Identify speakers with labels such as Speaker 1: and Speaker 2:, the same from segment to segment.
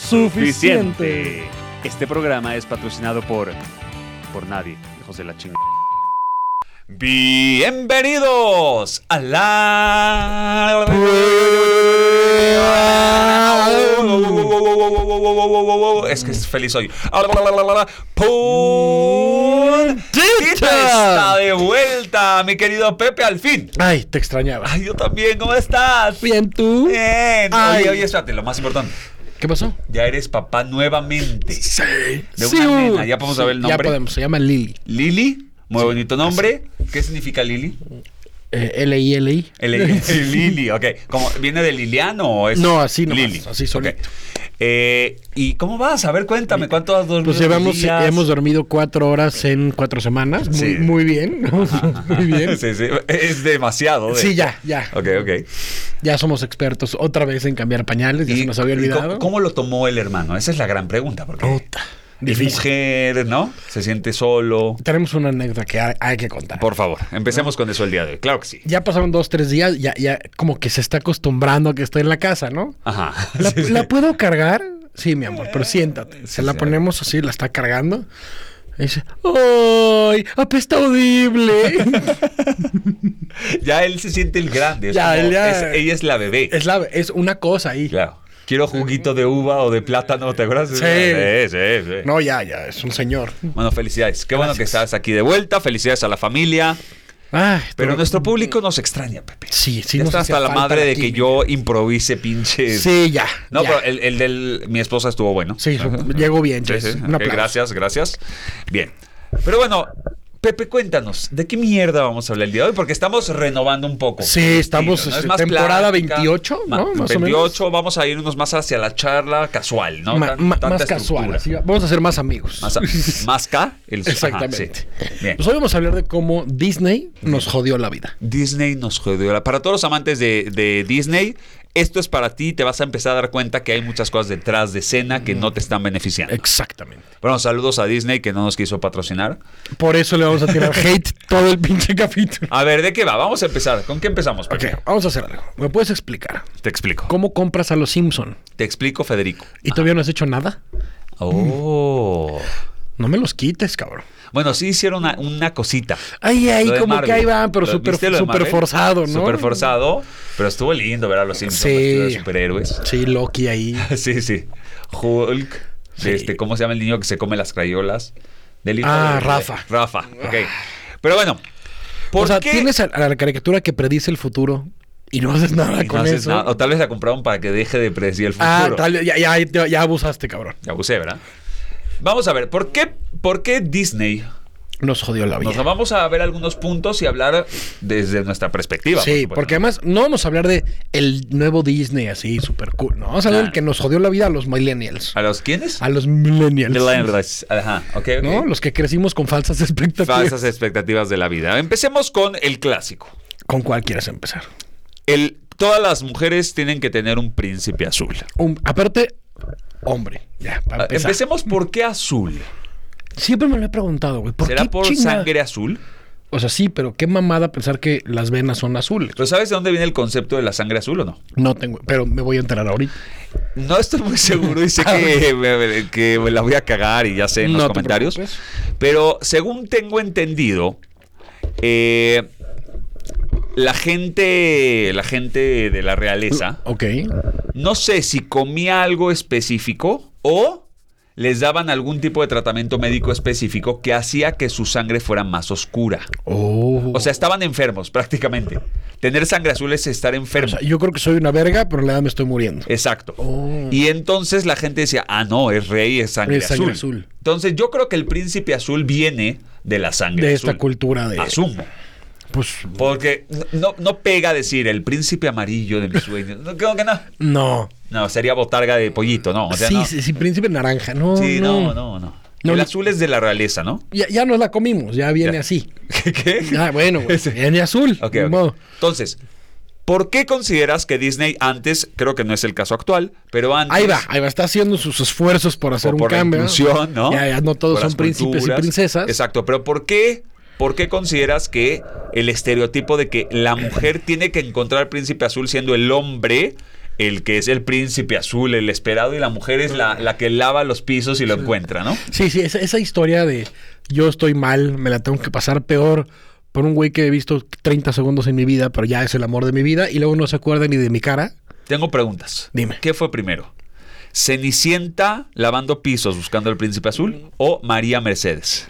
Speaker 1: suficiente. Este programa es patrocinado por. por nadie, hijos de la chingada. Bienvenidos a la. Es que es feliz hoy. Puntita está de vuelta, mi querido Pepe, al fin.
Speaker 2: Ay, te extrañaba.
Speaker 1: Ay, yo también, ¿cómo estás?
Speaker 2: Bien, tú.
Speaker 1: Bien.
Speaker 2: Ay.
Speaker 1: Oye, oye, espérate, lo más importante.
Speaker 2: ¿Qué pasó?
Speaker 1: Ya eres papá nuevamente.
Speaker 2: Sí.
Speaker 1: De una nena, ya podemos saber el
Speaker 2: Ya
Speaker 1: nombre.
Speaker 2: podemos, se llama Lili.
Speaker 1: Lili, muy bonito nombre. ¿Qué significa Lili?
Speaker 3: Eh, L-I-L-I.
Speaker 1: El, el Lili, ok. ¿Cómo, ¿Viene de Liliano o es
Speaker 3: No, así nomás,
Speaker 1: Lili?
Speaker 3: así solito.
Speaker 1: Ok. Eh, ¿Y cómo vas? A ver, cuéntame, ¿cuánto has dormido?
Speaker 3: Pues llevamos,
Speaker 1: días?
Speaker 3: hemos dormido cuatro horas en cuatro semanas. Muy,
Speaker 1: Sí.
Speaker 3: muy bien. muy bien.
Speaker 1: Sí, sí, es demasiado. de-
Speaker 3: Sí, ya, ya.
Speaker 1: Ok, ok.
Speaker 3: Ya somos expertos otra vez en cambiar pañales. Ya se nos había
Speaker 1: y cómo-
Speaker 3: olvidado.
Speaker 1: ¿cómo, lo tomó el hermano? Esa es la gran pregunta. Porque
Speaker 3: Puta,
Speaker 1: es
Speaker 3: difícil.
Speaker 1: mujer, ¿no? Se siente solo.
Speaker 3: Tenemos una anécdota que hay, hay que contar.
Speaker 1: Por favor, empecemos con eso el día de hoy. Claro que sí.
Speaker 3: Ya pasaron dos, tres días. Ya, ya como que se está acostumbrando a que estoy en la casa, ¿no?
Speaker 1: Ajá.
Speaker 3: ¿La,
Speaker 1: Sí, sí.
Speaker 3: la puedo cargar? Sí, mi amor, pero siéntate.
Speaker 1: Sí,
Speaker 3: se la
Speaker 1: sí.
Speaker 3: ponemos así, la está cargando. Y dice, ¡ay! ¡Apesta audible!
Speaker 1: Ya él se siente el grande. es
Speaker 3: Ya,
Speaker 1: como-
Speaker 3: él ya-
Speaker 1: es- ella es la bebé.
Speaker 3: es, la, es una cosa ahí.
Speaker 1: Claro. Quiero juguito de uva o de plátano, ¿te acuerdas?
Speaker 3: Sí.
Speaker 1: sí, sí. sí.
Speaker 3: No, ya, ya, es un señor.
Speaker 1: Bueno, felicidades. Qué bueno que estás aquí de vuelta. Felicidades a la familia.
Speaker 3: Ay,
Speaker 1: Pero
Speaker 3: tú-
Speaker 1: nuestro público nos extraña, Pepe.
Speaker 3: Sí, sí,
Speaker 1: Ya
Speaker 3: nos
Speaker 1: está
Speaker 3: hace
Speaker 1: hasta la
Speaker 3: falta
Speaker 1: madre de
Speaker 3: aquí.
Speaker 1: que yo improvise pinches.
Speaker 3: Sí, ya.
Speaker 1: No,
Speaker 3: ya.
Speaker 1: pero el, el del. Mi esposa estuvo bueno.
Speaker 3: Sí,
Speaker 1: Ajá.
Speaker 3: llegó bien,
Speaker 1: Sí,
Speaker 3: Jess.
Speaker 1: sí.
Speaker 3: Un
Speaker 1: Ok,
Speaker 3: aplauso.
Speaker 1: gracias, gracias. Bien. Pero bueno, Pepe, cuéntanos, ¿de qué mierda vamos a hablar el día de hoy? Porque estamos renovando un poco.
Speaker 3: Sí, estamos,
Speaker 1: Es
Speaker 3: este,
Speaker 1: más
Speaker 3: temporada
Speaker 1: plática,
Speaker 3: 28,
Speaker 1: ma-
Speaker 3: ¿no? Más o
Speaker 1: 28, vamos a irnos más hacia la charla casual, ¿no?
Speaker 3: Ma-
Speaker 1: Tan-
Speaker 3: ma-
Speaker 1: tanta
Speaker 3: más
Speaker 1: estructura.
Speaker 3: casual. así va. vamos a ser más amigos.
Speaker 1: Más, a- más K, el ajá,
Speaker 3: Exactamente.
Speaker 1: sí. Bien.
Speaker 3: Pues hoy vamos a hablar de cómo Disney nos jodió la vida.
Speaker 1: Disney nos jodió. la- Para todos los amantes de, de Disney, esto es para ti. Te vas a empezar a dar cuenta que hay muchas cosas detrás de escena
Speaker 3: Mm.
Speaker 1: que no te están beneficiando.
Speaker 3: Exactamente.
Speaker 1: Bueno, saludos a Disney que no nos quiso patrocinar.
Speaker 3: Por eso le vamos a tirar hate todo el pinche capítulo.
Speaker 1: A ver, ¿de qué va? Vamos a empezar. ¿Con qué empezamos?
Speaker 3: Ok,
Speaker 1: Pepe?
Speaker 3: vamos a hacer algo. ¿Me puedes explicar
Speaker 1: Te explico.
Speaker 3: cómo compras a los Simpson
Speaker 1: Te explico, Federico.
Speaker 3: y todavía no has hecho nada? Mm.
Speaker 1: Oh.
Speaker 3: No me los quites, cabrón.
Speaker 1: Bueno, sí hicieron una, una cosita.
Speaker 3: Ahí, ahí,
Speaker 1: Lo de
Speaker 3: como
Speaker 1: Marvel.
Speaker 3: que ahí van, pero
Speaker 1: ¿Lo-
Speaker 3: súper
Speaker 1: viste lo de
Speaker 3: súper
Speaker 1: Marvel?
Speaker 3: forzado, ¿no?
Speaker 1: Súper forzado, pero estuvo lindo ver a los Simpsons
Speaker 3: Sí.
Speaker 1: vestidos de superhéroes.
Speaker 3: Sí, Loki ahí.
Speaker 1: Sí, sí. Hulk. de
Speaker 3: Sí.
Speaker 1: Este, ¿Cómo se llama el niño que se come las crayolas? Del hijo
Speaker 3: Ah,
Speaker 1: de-
Speaker 3: Rafa. Ah.
Speaker 1: Rafa, ok. Pero bueno, ¿por
Speaker 3: o sea,
Speaker 1: qué?
Speaker 3: tienes a, a la caricatura que predice el futuro y no haces nada
Speaker 1: Y no
Speaker 3: con
Speaker 1: haces
Speaker 3: eso.
Speaker 1: nada. O tal vez la compraron para que deje de predecir el futuro.
Speaker 3: ah, tal- ya, ya, ya- ya abusaste, cabrón.
Speaker 1: Ya abusé, ¿verdad? Vamos a ver, ¿por qué, por qué Disney?
Speaker 3: Nos jodió la vida.
Speaker 1: Nos vamos a ver algunos puntos y hablar desde nuestra perspectiva. por
Speaker 3: sí,
Speaker 1: supuesto,
Speaker 3: porque
Speaker 1: ¿no?
Speaker 3: además no vamos a hablar de el nuevo Disney así, súper cool. No, vamos a hablar
Speaker 1: Claro.
Speaker 3: del que nos jodió la vida a los millennials.
Speaker 1: ¿A los quiénes?
Speaker 3: A los millennials.
Speaker 1: Millennials. Ajá, ok, ok.
Speaker 3: ¿No? Los que crecimos con falsas expectativas.
Speaker 1: Falsas expectativas de la vida. Empecemos con el clásico.
Speaker 3: ¿Con cuál quieres empezar?
Speaker 1: El, todas las mujeres tienen que tener un príncipe azul.
Speaker 3: Un- aparte, hombre. Ya, para
Speaker 1: Ah,
Speaker 3: empezar.
Speaker 1: Empecemos por qué azul.
Speaker 3: Siempre me lo he preguntado, güey. ¿Por
Speaker 1: ¿Será
Speaker 3: qué
Speaker 1: por
Speaker 3: chinga?
Speaker 1: sangre azul?
Speaker 3: O sea, sí, pero qué mamada pensar que las venas son azules.
Speaker 1: ¿Pero sabes de dónde viene el concepto de la sangre azul o no?
Speaker 3: No tengo, pero me voy a enterar ahorita.
Speaker 1: No estoy muy seguro y sé que me, que me la voy a cagar y ya sé en los
Speaker 3: Ah, No te
Speaker 1: comentarios.
Speaker 3: preocupes.
Speaker 1: Pero según tengo entendido, eh, la gente, la gente de la realeza,
Speaker 3: Ok.
Speaker 1: no sé si comía algo específico o les daban algún tipo de tratamiento médico específico que hacía que su sangre fuera más oscura.
Speaker 3: Oh.
Speaker 1: O sea, estaban enfermos prácticamente. Tener sangre azul es estar
Speaker 3: O
Speaker 1: enfermo.
Speaker 3: sea, yo creo que soy una verga, pero en la edad me estoy muriendo.
Speaker 1: Exacto.
Speaker 3: Oh.
Speaker 1: Eh, Y entonces la gente decía, ah, no, es rey, es sangre,
Speaker 3: Es sangre
Speaker 1: azul.
Speaker 3: azul.
Speaker 1: Entonces yo creo que el príncipe azul viene de la sangre
Speaker 3: De
Speaker 1: azul.
Speaker 3: esta cultura de.
Speaker 1: Asumo.
Speaker 3: Pues.
Speaker 1: Porque no, no pega decir el príncipe amarillo de mis sueños. No, creo que no.
Speaker 3: No.
Speaker 1: No, sería botarga de pollito, ¿no? O sea,
Speaker 3: sí,
Speaker 1: no.
Speaker 3: sí, sí, príncipe naranja. No,
Speaker 1: Sí,
Speaker 3: no.
Speaker 1: no, no, no.
Speaker 3: No,
Speaker 1: el
Speaker 3: no.
Speaker 1: azul es de la realeza, ¿no?
Speaker 3: Ya, ya nos la comimos, ya viene
Speaker 1: Ya.
Speaker 3: así.
Speaker 1: ¿Qué? qué?
Speaker 3: Ah, bueno, güey,
Speaker 1: Ese.
Speaker 3: viene azul.
Speaker 1: Ok,
Speaker 3: ni
Speaker 1: ok.
Speaker 3: modo.
Speaker 1: Entonces, ¿por qué consideras que Disney antes, creo que no es el caso actual, pero antes...
Speaker 3: Ahí va, ahí va, está haciendo sus esfuerzos por hacer
Speaker 1: por,
Speaker 3: un
Speaker 1: por la
Speaker 3: cambio.
Speaker 1: inclusión, ¿no?
Speaker 3: Ya, ya no todos
Speaker 1: Por las
Speaker 3: son príncipes
Speaker 1: culturas.
Speaker 3: y princesas.
Speaker 1: Exacto, pero ¿por qué? ¿Por qué consideras que el estereotipo de que la mujer tiene que encontrar príncipe azul siendo el hombre el que es el príncipe azul, el esperado, y la mujer es la, la que lava los pisos y lo encuentra, ¿no?
Speaker 3: Sí, sí, esa, esa historia de yo estoy mal, me la tengo que pasar peor por un güey que he visto 30 segundos en mi vida, pero ya es el amor de mi vida, y luego no se acuerda ni de mi cara.
Speaker 1: Tengo preguntas.
Speaker 3: Dime.
Speaker 1: ¿Qué fue primero? ¿Cenicienta lavando pisos buscando al príncipe azul o María Mercedes?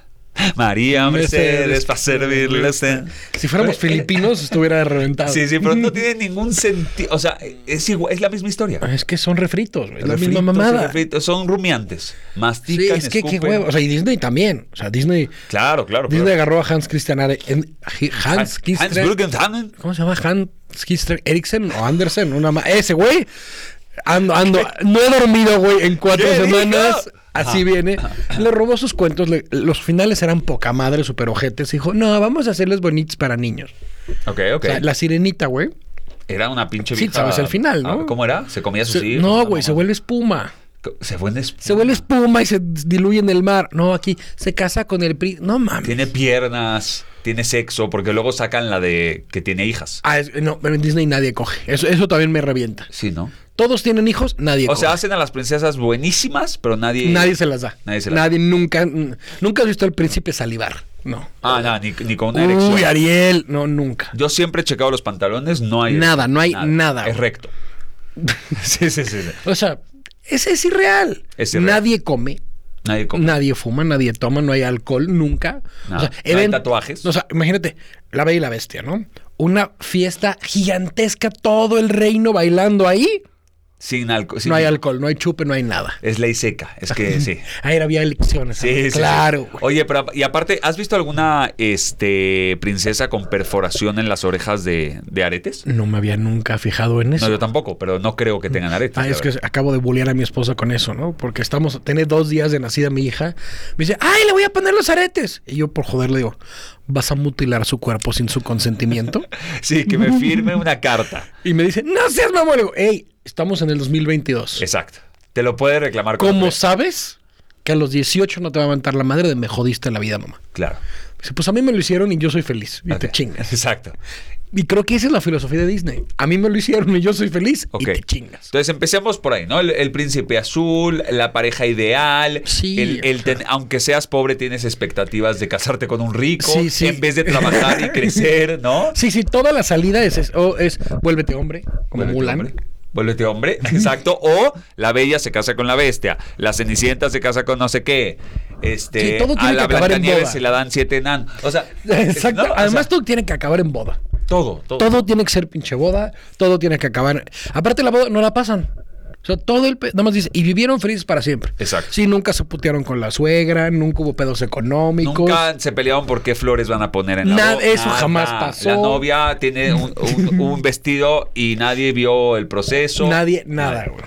Speaker 1: María Mercedes,
Speaker 3: Mercedes,
Speaker 1: para servirle a usted.
Speaker 3: Si fuéramos filipinos, estuviera reventado.
Speaker 1: eh,
Speaker 3: Mm.
Speaker 1: Sí, sí, pero no tiene ningún sentido. O sea, es igual, es la misma historia.
Speaker 3: Es que son refritos, güey, es la
Speaker 1: Refritos
Speaker 3: misma
Speaker 1: y
Speaker 3: mamada.
Speaker 1: refritos, son rumiantes.
Speaker 3: Sí,
Speaker 1: Mastican,
Speaker 3: es que qué
Speaker 1: escupen.
Speaker 3: huevo. O sea, y Disney también. O sea, Disney,
Speaker 1: Claro, claro.
Speaker 3: Disney
Speaker 1: claro.
Speaker 3: agarró a Hans Christian Are- en- Hans Christian
Speaker 1: Hans Burgenhagen.
Speaker 3: ¿Cómo se llama? Hans Kister Eriksen o Andersen, una ma- Ese güey. Ando, ando. No he dormido, güey, en cuatro
Speaker 1: ¿Qué dijo?
Speaker 3: semanas. Así viene. Le robó sus cuentos. le- los finales eran poca madre, super ojetes. Dijo, no, vamos a hacerlos bonitos para niños.
Speaker 1: Ok, ok.
Speaker 3: O sea, la sirenita, güey.
Speaker 1: Era una pinche
Speaker 3: Sí,
Speaker 1: vieja.
Speaker 3: sabes el final, ¿no?
Speaker 1: Ah, ¿Cómo era? ¿Se comía sus
Speaker 3: Se-
Speaker 1: hijos?
Speaker 3: no,
Speaker 1: Una
Speaker 3: güey, se
Speaker 1: mamá.
Speaker 3: vuelve espuma.
Speaker 1: Se vuelve. esp-
Speaker 3: Se vuelve espuma y se diluye en el mar. No, aquí se casa con el pri. No mames.
Speaker 1: Tiene piernas, tiene sexo, porque luego sacan la de que tiene hijas.
Speaker 3: Ah, es- no, pero en Disney nadie coge. Eso, eso también me revienta.
Speaker 1: Sí, ¿no?
Speaker 3: Todos tienen hijos, nadie
Speaker 1: O
Speaker 3: coge.
Speaker 1: sea, hacen a las princesas buenísimas, pero nadie.
Speaker 3: Nadie se las da.
Speaker 1: Nadie
Speaker 3: Nadie,
Speaker 1: se las
Speaker 3: nunca. n- Nunca has visto al príncipe salivar. No.
Speaker 1: Ah, no, ni, ni con una erección.
Speaker 3: Uy, Ariel. No, nunca.
Speaker 1: Yo siempre he checado los pantalones, no hay.
Speaker 3: Nada, no hay nada.
Speaker 1: Es recto. sí, sí, sí, sí.
Speaker 3: O sea, ese es irreal.
Speaker 1: Es irreal.
Speaker 3: Nadie come.
Speaker 1: Nadie come.
Speaker 3: Nadie fuma, nadie toma, no hay alcohol, nunca.
Speaker 1: Nada. No hay
Speaker 3: event-
Speaker 1: tatuajes.
Speaker 3: O sea, imagínate, la bella y la bestia, ¿no? Una fiesta gigantesca, todo el reino bailando ahí.
Speaker 1: Sin alcohol.
Speaker 3: no hay alcohol, no hay chupe, no hay nada.
Speaker 1: Es ley seca. Es que sí.
Speaker 3: Ahí había elecciones.
Speaker 1: Sí, sí, sí.
Speaker 3: claro. güey.
Speaker 1: Oye, pero y aparte, ¿has visto alguna este, princesa con perforación en las orejas de, de aretes?
Speaker 3: No me había nunca fijado en eso.
Speaker 1: No, yo tampoco, pero no creo que tengan aretes.
Speaker 3: Ah,
Speaker 1: la
Speaker 3: es que
Speaker 1: verdad.
Speaker 3: acabo de bullear a mi esposa con eso, ¿no? Porque estamos, tiene dos días de nacida mi hija. Me dice, ¡ay, le voy a poner los aretes! Y yo, por joder, le digo, ¿vas a mutilar su cuerpo sin su consentimiento?
Speaker 1: Sí, que me firme una carta.
Speaker 3: y me dice, ¡no seas mamón! Le digo, ¡ey, estamos en el 2022!
Speaker 1: Exacto. Te lo puede reclamar como
Speaker 3: ¿Cómo
Speaker 1: pre-
Speaker 3: sabes que a los 18 no te va a aventar la madre de me jodiste la vida, mamá?
Speaker 1: Claro.
Speaker 3: Me dice, pues a mí me lo hicieron y yo soy feliz. Y te
Speaker 1: Ok.
Speaker 3: chingas.
Speaker 1: Exacto.
Speaker 3: Y creo que esa es la filosofía de Disney. A mí me lo hicieron y yo soy feliz
Speaker 1: Ok.
Speaker 3: y te chingas.
Speaker 1: Entonces empecemos por ahí, ¿no? El, el príncipe azul, la pareja ideal.
Speaker 3: Sí,
Speaker 1: el- el
Speaker 3: o
Speaker 1: ten- aunque seas pobre, tienes expectativas de casarte con un rico
Speaker 3: Sí, sí.
Speaker 1: en vez de trabajar y crecer, ¿no?
Speaker 3: Sí, sí, toda la salida es, es, o es vuélvete hombre, como
Speaker 1: Vuélvete
Speaker 3: Mulan.
Speaker 1: hombre. Vuélvete hombre, exacto. O la bella se casa con la bestia, la cenicienta se casa con no sé qué. Este,
Speaker 3: Sí, todo
Speaker 1: a
Speaker 3: tiene que
Speaker 1: la
Speaker 3: acabar en
Speaker 1: Blancanieves
Speaker 3: boda.
Speaker 1: se la dan siete enanos. O sea,
Speaker 3: Exacto.
Speaker 1: ¿no? O
Speaker 3: Además,
Speaker 1: sea,
Speaker 3: todo tiene que acabar en boda.
Speaker 1: todo, todo.
Speaker 3: Todo tiene que ser pinche boda. Todo tiene que acabar. Aparte, la boda no la pasan. O sea, todo el. pe- Nada más dice. Y vivieron felices para siempre.
Speaker 1: Exacto.
Speaker 3: Sí, nunca se putearon con la suegra. Nunca hubo pedos económmicos.
Speaker 1: Nunca se pelearon por qué flores van a poner en la
Speaker 3: Nada,
Speaker 1: boda.
Speaker 3: eso jamás pasó.
Speaker 1: La novia tiene un, un- un vestido y nadie vio el proceso.
Speaker 3: Nadie, nada, güey.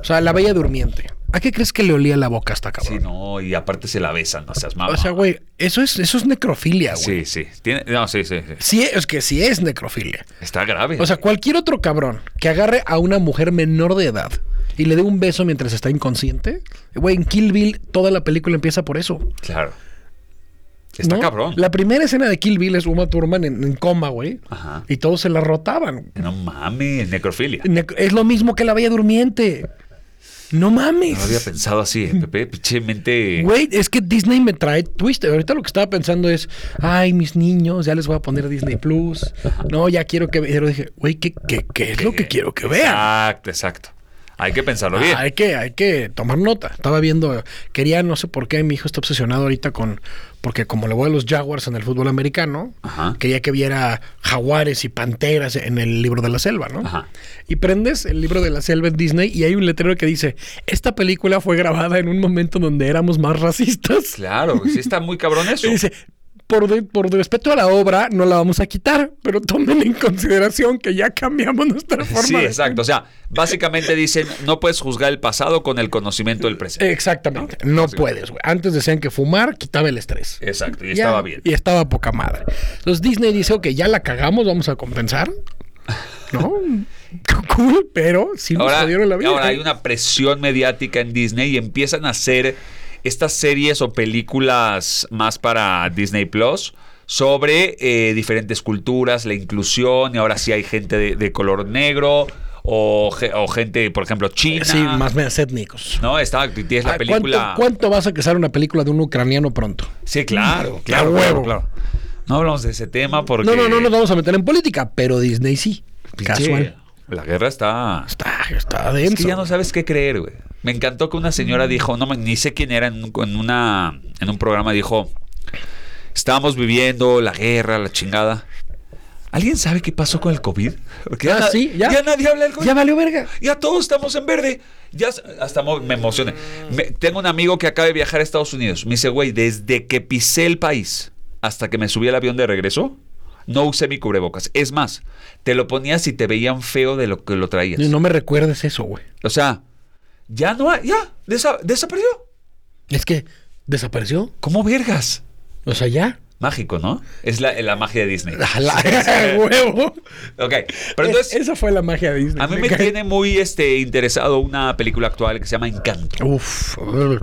Speaker 3: O sea, la bella durmiente. ¿A qué crees que le olía la boca hasta
Speaker 1: Sí,
Speaker 3: cabrón?
Speaker 1: no, y aparte se la besan, no seas mamá.
Speaker 3: o sea, güey, eso es, eso es necrofilia,
Speaker 1: sí,
Speaker 3: güey.
Speaker 1: sí. Tiene- no, sí, sí, sí.
Speaker 3: Sí, es que sí es necrofilia.
Speaker 1: Está grave.
Speaker 3: O sea, cualquier otro cabrón que agarre a una mujer menor de edad y le dé un beso mientras está inconsciente, güey, en Kill Bill toda la película empieza por eso.
Speaker 1: claro. Está
Speaker 3: ¿no?
Speaker 1: cabrón.
Speaker 3: La primera escena de Kill Bill es Uma Thurman en, en coma, güey.
Speaker 1: Ajá.
Speaker 3: Y todos se la rotaban.
Speaker 1: No mames, necrofilia.
Speaker 3: Nec- Es lo mismo que la Bella Durmiente. No mames.
Speaker 1: No había pensado así, eh, Pepe. Pinche mente.
Speaker 3: Güey, es que Disney me trae twist. Ahorita lo que estaba pensando es, ay, mis niños, ya les voy a poner Disney Plus. No, ya quiero que vean. Pero dije, güey, ¿qué, qué, qué es lo que quiero que vean?
Speaker 1: eh, Exacto, exacto. Hay que pensarlo bien.
Speaker 3: Ah, hay, que, hay que tomar nota. Estaba viendo, quería, no sé por qué, mi hijo está obsesionado ahorita con, porque como le voy a los Jaguars en el fútbol americano,
Speaker 1: Ajá.
Speaker 3: quería que viera jaguares y panteras en el libro de la selva, ¿no?
Speaker 1: Ajá.
Speaker 3: Y prendes el libro de la selva en Disney y hay un letrero que dice, esta película fue grabada en un momento donde éramos más racistas.
Speaker 1: Claro, sí está muy cabrón eso.
Speaker 3: Y dice, por, de- por respeto a la obra, no la vamos a quitar, pero tomen en consideración que ya cambiamos nuestra forma.
Speaker 1: Sí,
Speaker 3: de-
Speaker 1: exacto. O sea, básicamente dicen, no puedes juzgar el pasado con el conocimiento del
Speaker 3: Eh,
Speaker 1: presente.
Speaker 3: Exactamente. No puedes, güey. Antes decían que fumar quitaba el estrés.
Speaker 1: Exacto, Eh, y
Speaker 3: Ya,
Speaker 1: estaba bien.
Speaker 3: Y estaba poca madre. Entonces Disney dice, ok, ya la cagamos, vamos a compensar. ¿No? cool, pero sí nos
Speaker 1: Ahora,
Speaker 3: jodieron la vida. ¿eh?
Speaker 1: ahora hay una presión mediática en Disney y empiezan a hacer estas series o películas más para Disney Plus sobre eh, diferentes culturas, la inclusión, y ahora sí hay gente de, de color negro o, ge- o gente, por ejemplo, china.
Speaker 3: Sí, más menos étnicos.
Speaker 1: No, está, tienes
Speaker 3: Ah,
Speaker 1: la película.
Speaker 3: ¿cuánto, cuánto vas a casar una película de un ucraniano pronto?
Speaker 1: Sí, claro, claro, claro,
Speaker 3: huevo.
Speaker 1: claro. No hablamos de ese tema porque.
Speaker 3: No, no, no nos vamos a meter en política, pero Disney sí.
Speaker 1: Pinche,
Speaker 3: Casual.
Speaker 1: La guerra está.
Speaker 3: Está, está
Speaker 1: Es
Speaker 3: denso.
Speaker 1: que ya no sabes qué creer, güey. Me encantó que una señora dijo, no me- ni sé quién era en, un- en una en un programa dijo, estábamos viviendo la guerra, la chingada. ¿Alguien sabe qué pasó con el COVID? Porque
Speaker 3: Ah,
Speaker 1: na-
Speaker 3: sí, ya.
Speaker 1: nadie habla del COVID.
Speaker 3: Ya
Speaker 1: Ya,
Speaker 3: valió verga.
Speaker 1: todos estamos en verde. Ya s- hasta mo- me emocioné. Me- tengo un amigo que acaba de viajar a Estados Unidos. Me dice, güey, desde que pisé el país hasta que me subí al avión de regreso, no usé mi cubrebocas. Es más, te lo ponías y te veían feo de lo que lo traías.
Speaker 3: No me recuerdes eso, güey.
Speaker 1: O sea, ya no hay, ya, desa- desapareció.
Speaker 3: Es que desapareció.
Speaker 1: ¿Cómo vergas?
Speaker 3: O sea, ya.
Speaker 1: Mágico, ¿no? Es la, la magia de Disney.
Speaker 3: A la- huevo.
Speaker 1: Ok, pero
Speaker 3: Es-
Speaker 1: entonces,
Speaker 3: esa fue la magia de Disney.
Speaker 1: a mí me
Speaker 3: cae.
Speaker 1: tiene muy este, interesado una película actual que se llama Encanto.
Speaker 3: Uf.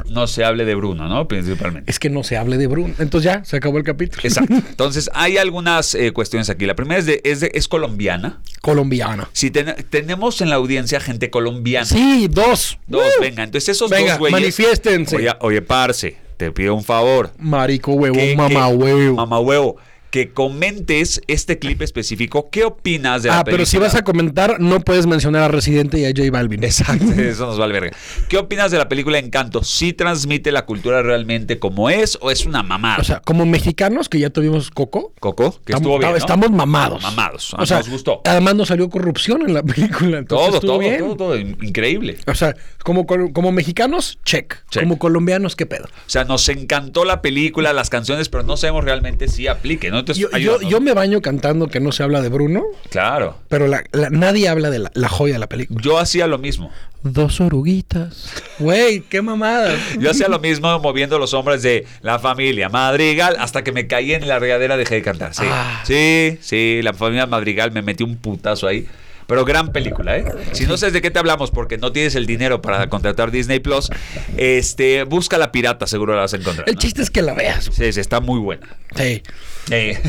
Speaker 1: No se hable de Bruno, ¿no? Principalmente.
Speaker 3: Es que no se hable de Bruno. Entonces ya, se acabó el capítulo.
Speaker 1: Exacto. Entonces, hay algunas eh, cuestiones aquí. La primera es, de, es, de- es colombiana.
Speaker 3: Colombiano.
Speaker 1: Si ten- tenemos en la audiencia gente colombiana.
Speaker 3: Sí, dos.
Speaker 1: Dos,
Speaker 3: Uh.
Speaker 1: venga. Entonces, esos
Speaker 3: Venga,
Speaker 1: dos güeyes.
Speaker 3: manifiéstense.
Speaker 1: Oye, oye, parce, te pido un favor.
Speaker 3: Marico huevo,
Speaker 1: que-
Speaker 3: mamá
Speaker 1: que-
Speaker 3: huevo.
Speaker 1: mamá huevo, Que comentes este clip específico. ¿Qué opinas de la
Speaker 3: ah, pero si vas a comentar, no puedes mencionar a Residente y a J Balvin.
Speaker 1: Exacto, eso nos vale verga. ¿Qué opinas de la película Encanto? ¿Sí transmite la cultura realmente como es o es una mamada?
Speaker 3: O sea, como mexicanos que ya tuvimos Coco.
Speaker 1: Coco, que
Speaker 3: estamos,
Speaker 1: estuvo bien. ¿no?
Speaker 3: estamos mamados.
Speaker 1: Mamados. ah,
Speaker 3: O sea,
Speaker 1: nos gustó.
Speaker 3: Además, no salió corrupción en la película. Entonces
Speaker 1: Todo,
Speaker 3: estuvo
Speaker 1: todo,
Speaker 3: bien.
Speaker 1: todo, todo. in- Increíble.
Speaker 3: O sea, como, col- como mexicanos, check.
Speaker 1: Check.
Speaker 3: Como colombianos, qué pedo.
Speaker 1: O sea, nos encantó la película, las canciones, pero no sabemos realmente si aplique, ¿no? Entonces,
Speaker 3: Yo, yo,
Speaker 1: ayúdanos.
Speaker 3: yo me baño cantando que no se habla de Bruno,
Speaker 1: Claro.
Speaker 3: pero la- la- nadie habla de la, la joya de la película.
Speaker 1: Yo hacía lo mismo.
Speaker 3: Dos oruguitas. Güey, qué mamada.
Speaker 1: Yo hacía lo mismo moviendo los hombres de la familia Madrigal hasta que me caí en la regadera dejé de cantar. Sí,
Speaker 3: Ah.
Speaker 1: sí, sí, la familia Madrigal me metió un putazo ahí. Pero gran película, ¿eh? Si no sabes de qué te hablamos porque no tienes el dinero para contratar Disney Plus, este, busca la pirata, seguro la vas a encontrar.
Speaker 3: El
Speaker 1: ¿no?
Speaker 3: chiste es que la veas.
Speaker 1: Sí, sí, está muy buena.
Speaker 3: Sí.
Speaker 1: Eh,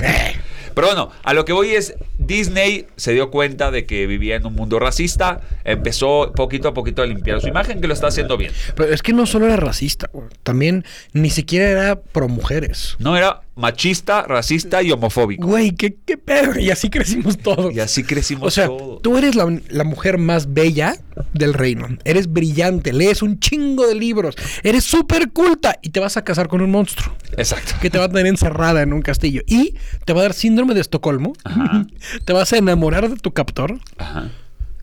Speaker 1: Pero bueno, a lo que voy es, Disney se dio cuenta de que vivía en un mundo racista, empezó poquito a poquito a limpiar su imagen, que lo está haciendo bien.
Speaker 3: Pero es que no solo era racista, güey. También ni siquiera era pro mujeres.
Speaker 1: No era machista, racista y homofóbico.
Speaker 3: Güey, qué, qué pedo. Y así crecimos todos.
Speaker 1: Y así crecimos
Speaker 3: O sea,
Speaker 1: todos.
Speaker 3: tú eres la, la mujer más bella del reino. Eres brillante, lees un chingo de libros, eres súper culta y te vas a casar con un monstruo
Speaker 1: Exacto.
Speaker 3: que te va a tener encerrada en un castillo y te va a dar síndrome de Estocolmo.
Speaker 1: Ajá.
Speaker 3: Te vas a enamorar de tu captor
Speaker 1: Ajá.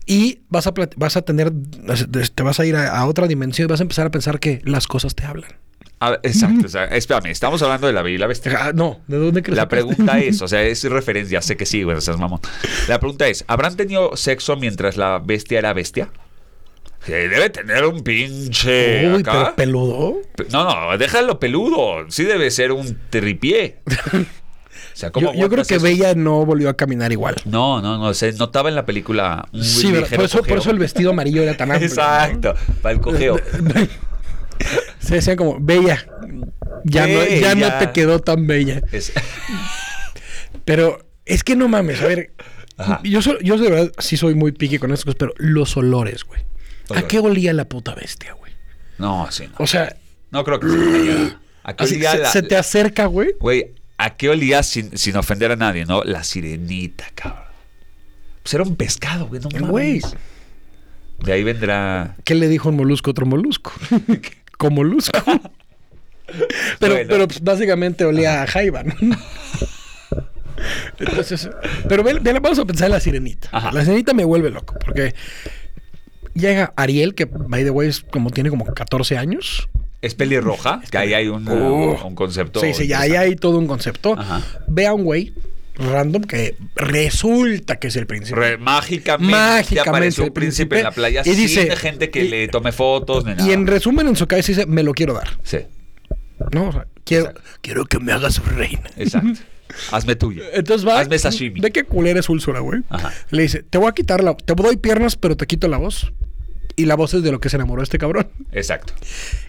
Speaker 3: y vas a, plat- vas a tener, te vas a ir a, a otra dimensión y vas a empezar a pensar que las cosas te hablan.
Speaker 1: A ver, exacto. o sea, espérame, estamos hablando de la Bella y la Bestia.
Speaker 3: Ah, no, ¿de dónde crees?
Speaker 1: La pregunta es, o sea, es referencia, sé que sí, güey, seas mamón. La pregunta es, ¿habrán tenido sexo mientras la bestia era bestia? Que debe tener un pinche
Speaker 3: Uy,
Speaker 1: eh, acá.
Speaker 3: pero peludo.
Speaker 1: Pe- No, no, déjalo peludo. Sí debe ser un tripié. O sea, ¿cómo
Speaker 3: Yo, yo creo
Speaker 1: aguantas
Speaker 3: que
Speaker 1: eso?
Speaker 3: Bella no volvió a caminar igual.
Speaker 1: No, no, no, se notaba en la película un
Speaker 3: Sí, ¿verdad?
Speaker 1: ligero
Speaker 3: por eso, por
Speaker 1: cojeo.
Speaker 3: eso el vestido amarillo era tan amplio. ¿no?
Speaker 1: Exacto, para el cojeo.
Speaker 3: Se decían como, bella. Ya, No, ya no
Speaker 1: Bella.
Speaker 3: te quedó tan bella.
Speaker 1: Es-
Speaker 3: Pero es que no mames, a ver.
Speaker 1: Ajá.
Speaker 3: Yo, so- yo de verdad sí soy muy pique con esas cosas, pero los olores, güey. ¿A
Speaker 1: Olores.
Speaker 3: qué olía la puta bestia, güey?
Speaker 1: No, sí, no.
Speaker 3: O sea,
Speaker 1: No creo que se te haya- ¿A qué
Speaker 3: así
Speaker 1: olía
Speaker 3: se,
Speaker 1: la-
Speaker 3: se te acerca, güey.
Speaker 1: Güey, ¿a qué olía sin, sin ofender a nadie, no? La sirenita, cabrón. Pues era un pescado, güey, no mames.
Speaker 3: Güey.
Speaker 1: De ahí vendrá...
Speaker 3: ¿Qué le dijo un molusco a otro molusco? Con molusco. Pero,
Speaker 1: Bueno.
Speaker 3: pero pues, básicamente olía a jaiba, ¿no? Entonces, pero ve, ve- vamos a pensar en la sirenita.
Speaker 1: Ajá.
Speaker 3: La sirenita me vuelve loco porque llega Ariel, que by the way es como, tiene como 14 años,
Speaker 1: es pelirroja, que ahí hay Ah, un,
Speaker 3: Uh.
Speaker 1: un concepto.
Speaker 3: Sí, sí, ya ahí hay todo un concepto.
Speaker 1: Ajá.
Speaker 3: Ve a un güey random que resulta que es el príncipe.
Speaker 1: Re- mágicamente,
Speaker 3: Mágicamente
Speaker 1: apareció un
Speaker 3: el
Speaker 1: príncipe
Speaker 3: príncipe
Speaker 1: en la playa
Speaker 3: y
Speaker 1: sin
Speaker 3: dice-
Speaker 1: gente que
Speaker 3: y-
Speaker 1: le tome fotos ni nada.
Speaker 3: y en resumen, en su cabeza dice, me lo quiero dar.
Speaker 1: Sí,
Speaker 3: ¿No? O sea, quiero,
Speaker 1: Exacto.
Speaker 3: quiero que me hagas reina.
Speaker 1: exacto. Hazme tuyo.
Speaker 3: Entonces va.
Speaker 1: Hazme sashimi.
Speaker 3: Ve qué culera es Úlcera, güey.
Speaker 1: Ajá.
Speaker 3: Le dice, te voy a quitar la. Te doy piernas, pero te quito la voz. Y la voz es de lo que se enamoró este cabrón.
Speaker 1: Exacto.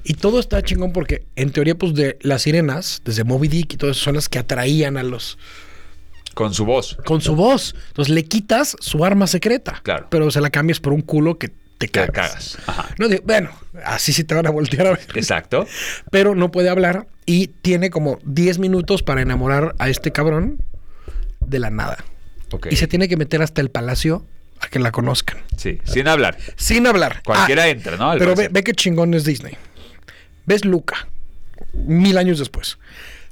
Speaker 3: Y todo está chingón porque, en teoría, pues de las sirenas, desde Moby Dick y todo eso, son las que atraían a los.
Speaker 1: Con su voz.
Speaker 3: con su voz. Entonces le quitas su arma secreta.
Speaker 1: Claro.
Speaker 3: Pero se la cambias por un culo que te
Speaker 1: Que
Speaker 3: cagas.
Speaker 1: cagas. Ajá.
Speaker 3: No, digo, bueno, así sí te van a voltear a ver.
Speaker 1: Exacto.
Speaker 3: Pero no puede hablar y tiene como 10 minutos para enamorar a este cabrón de la nada.
Speaker 1: Ok.
Speaker 3: Y se tiene que meter hasta el palacio a que la conozcan.
Speaker 1: Sí, sin hablar.
Speaker 3: Sin hablar. Ah,
Speaker 1: Cualquiera entra, ¿no? Al
Speaker 3: pero ve,
Speaker 1: parecer.
Speaker 3: ve qué chingón es Disney. Ves Luca, mil años después.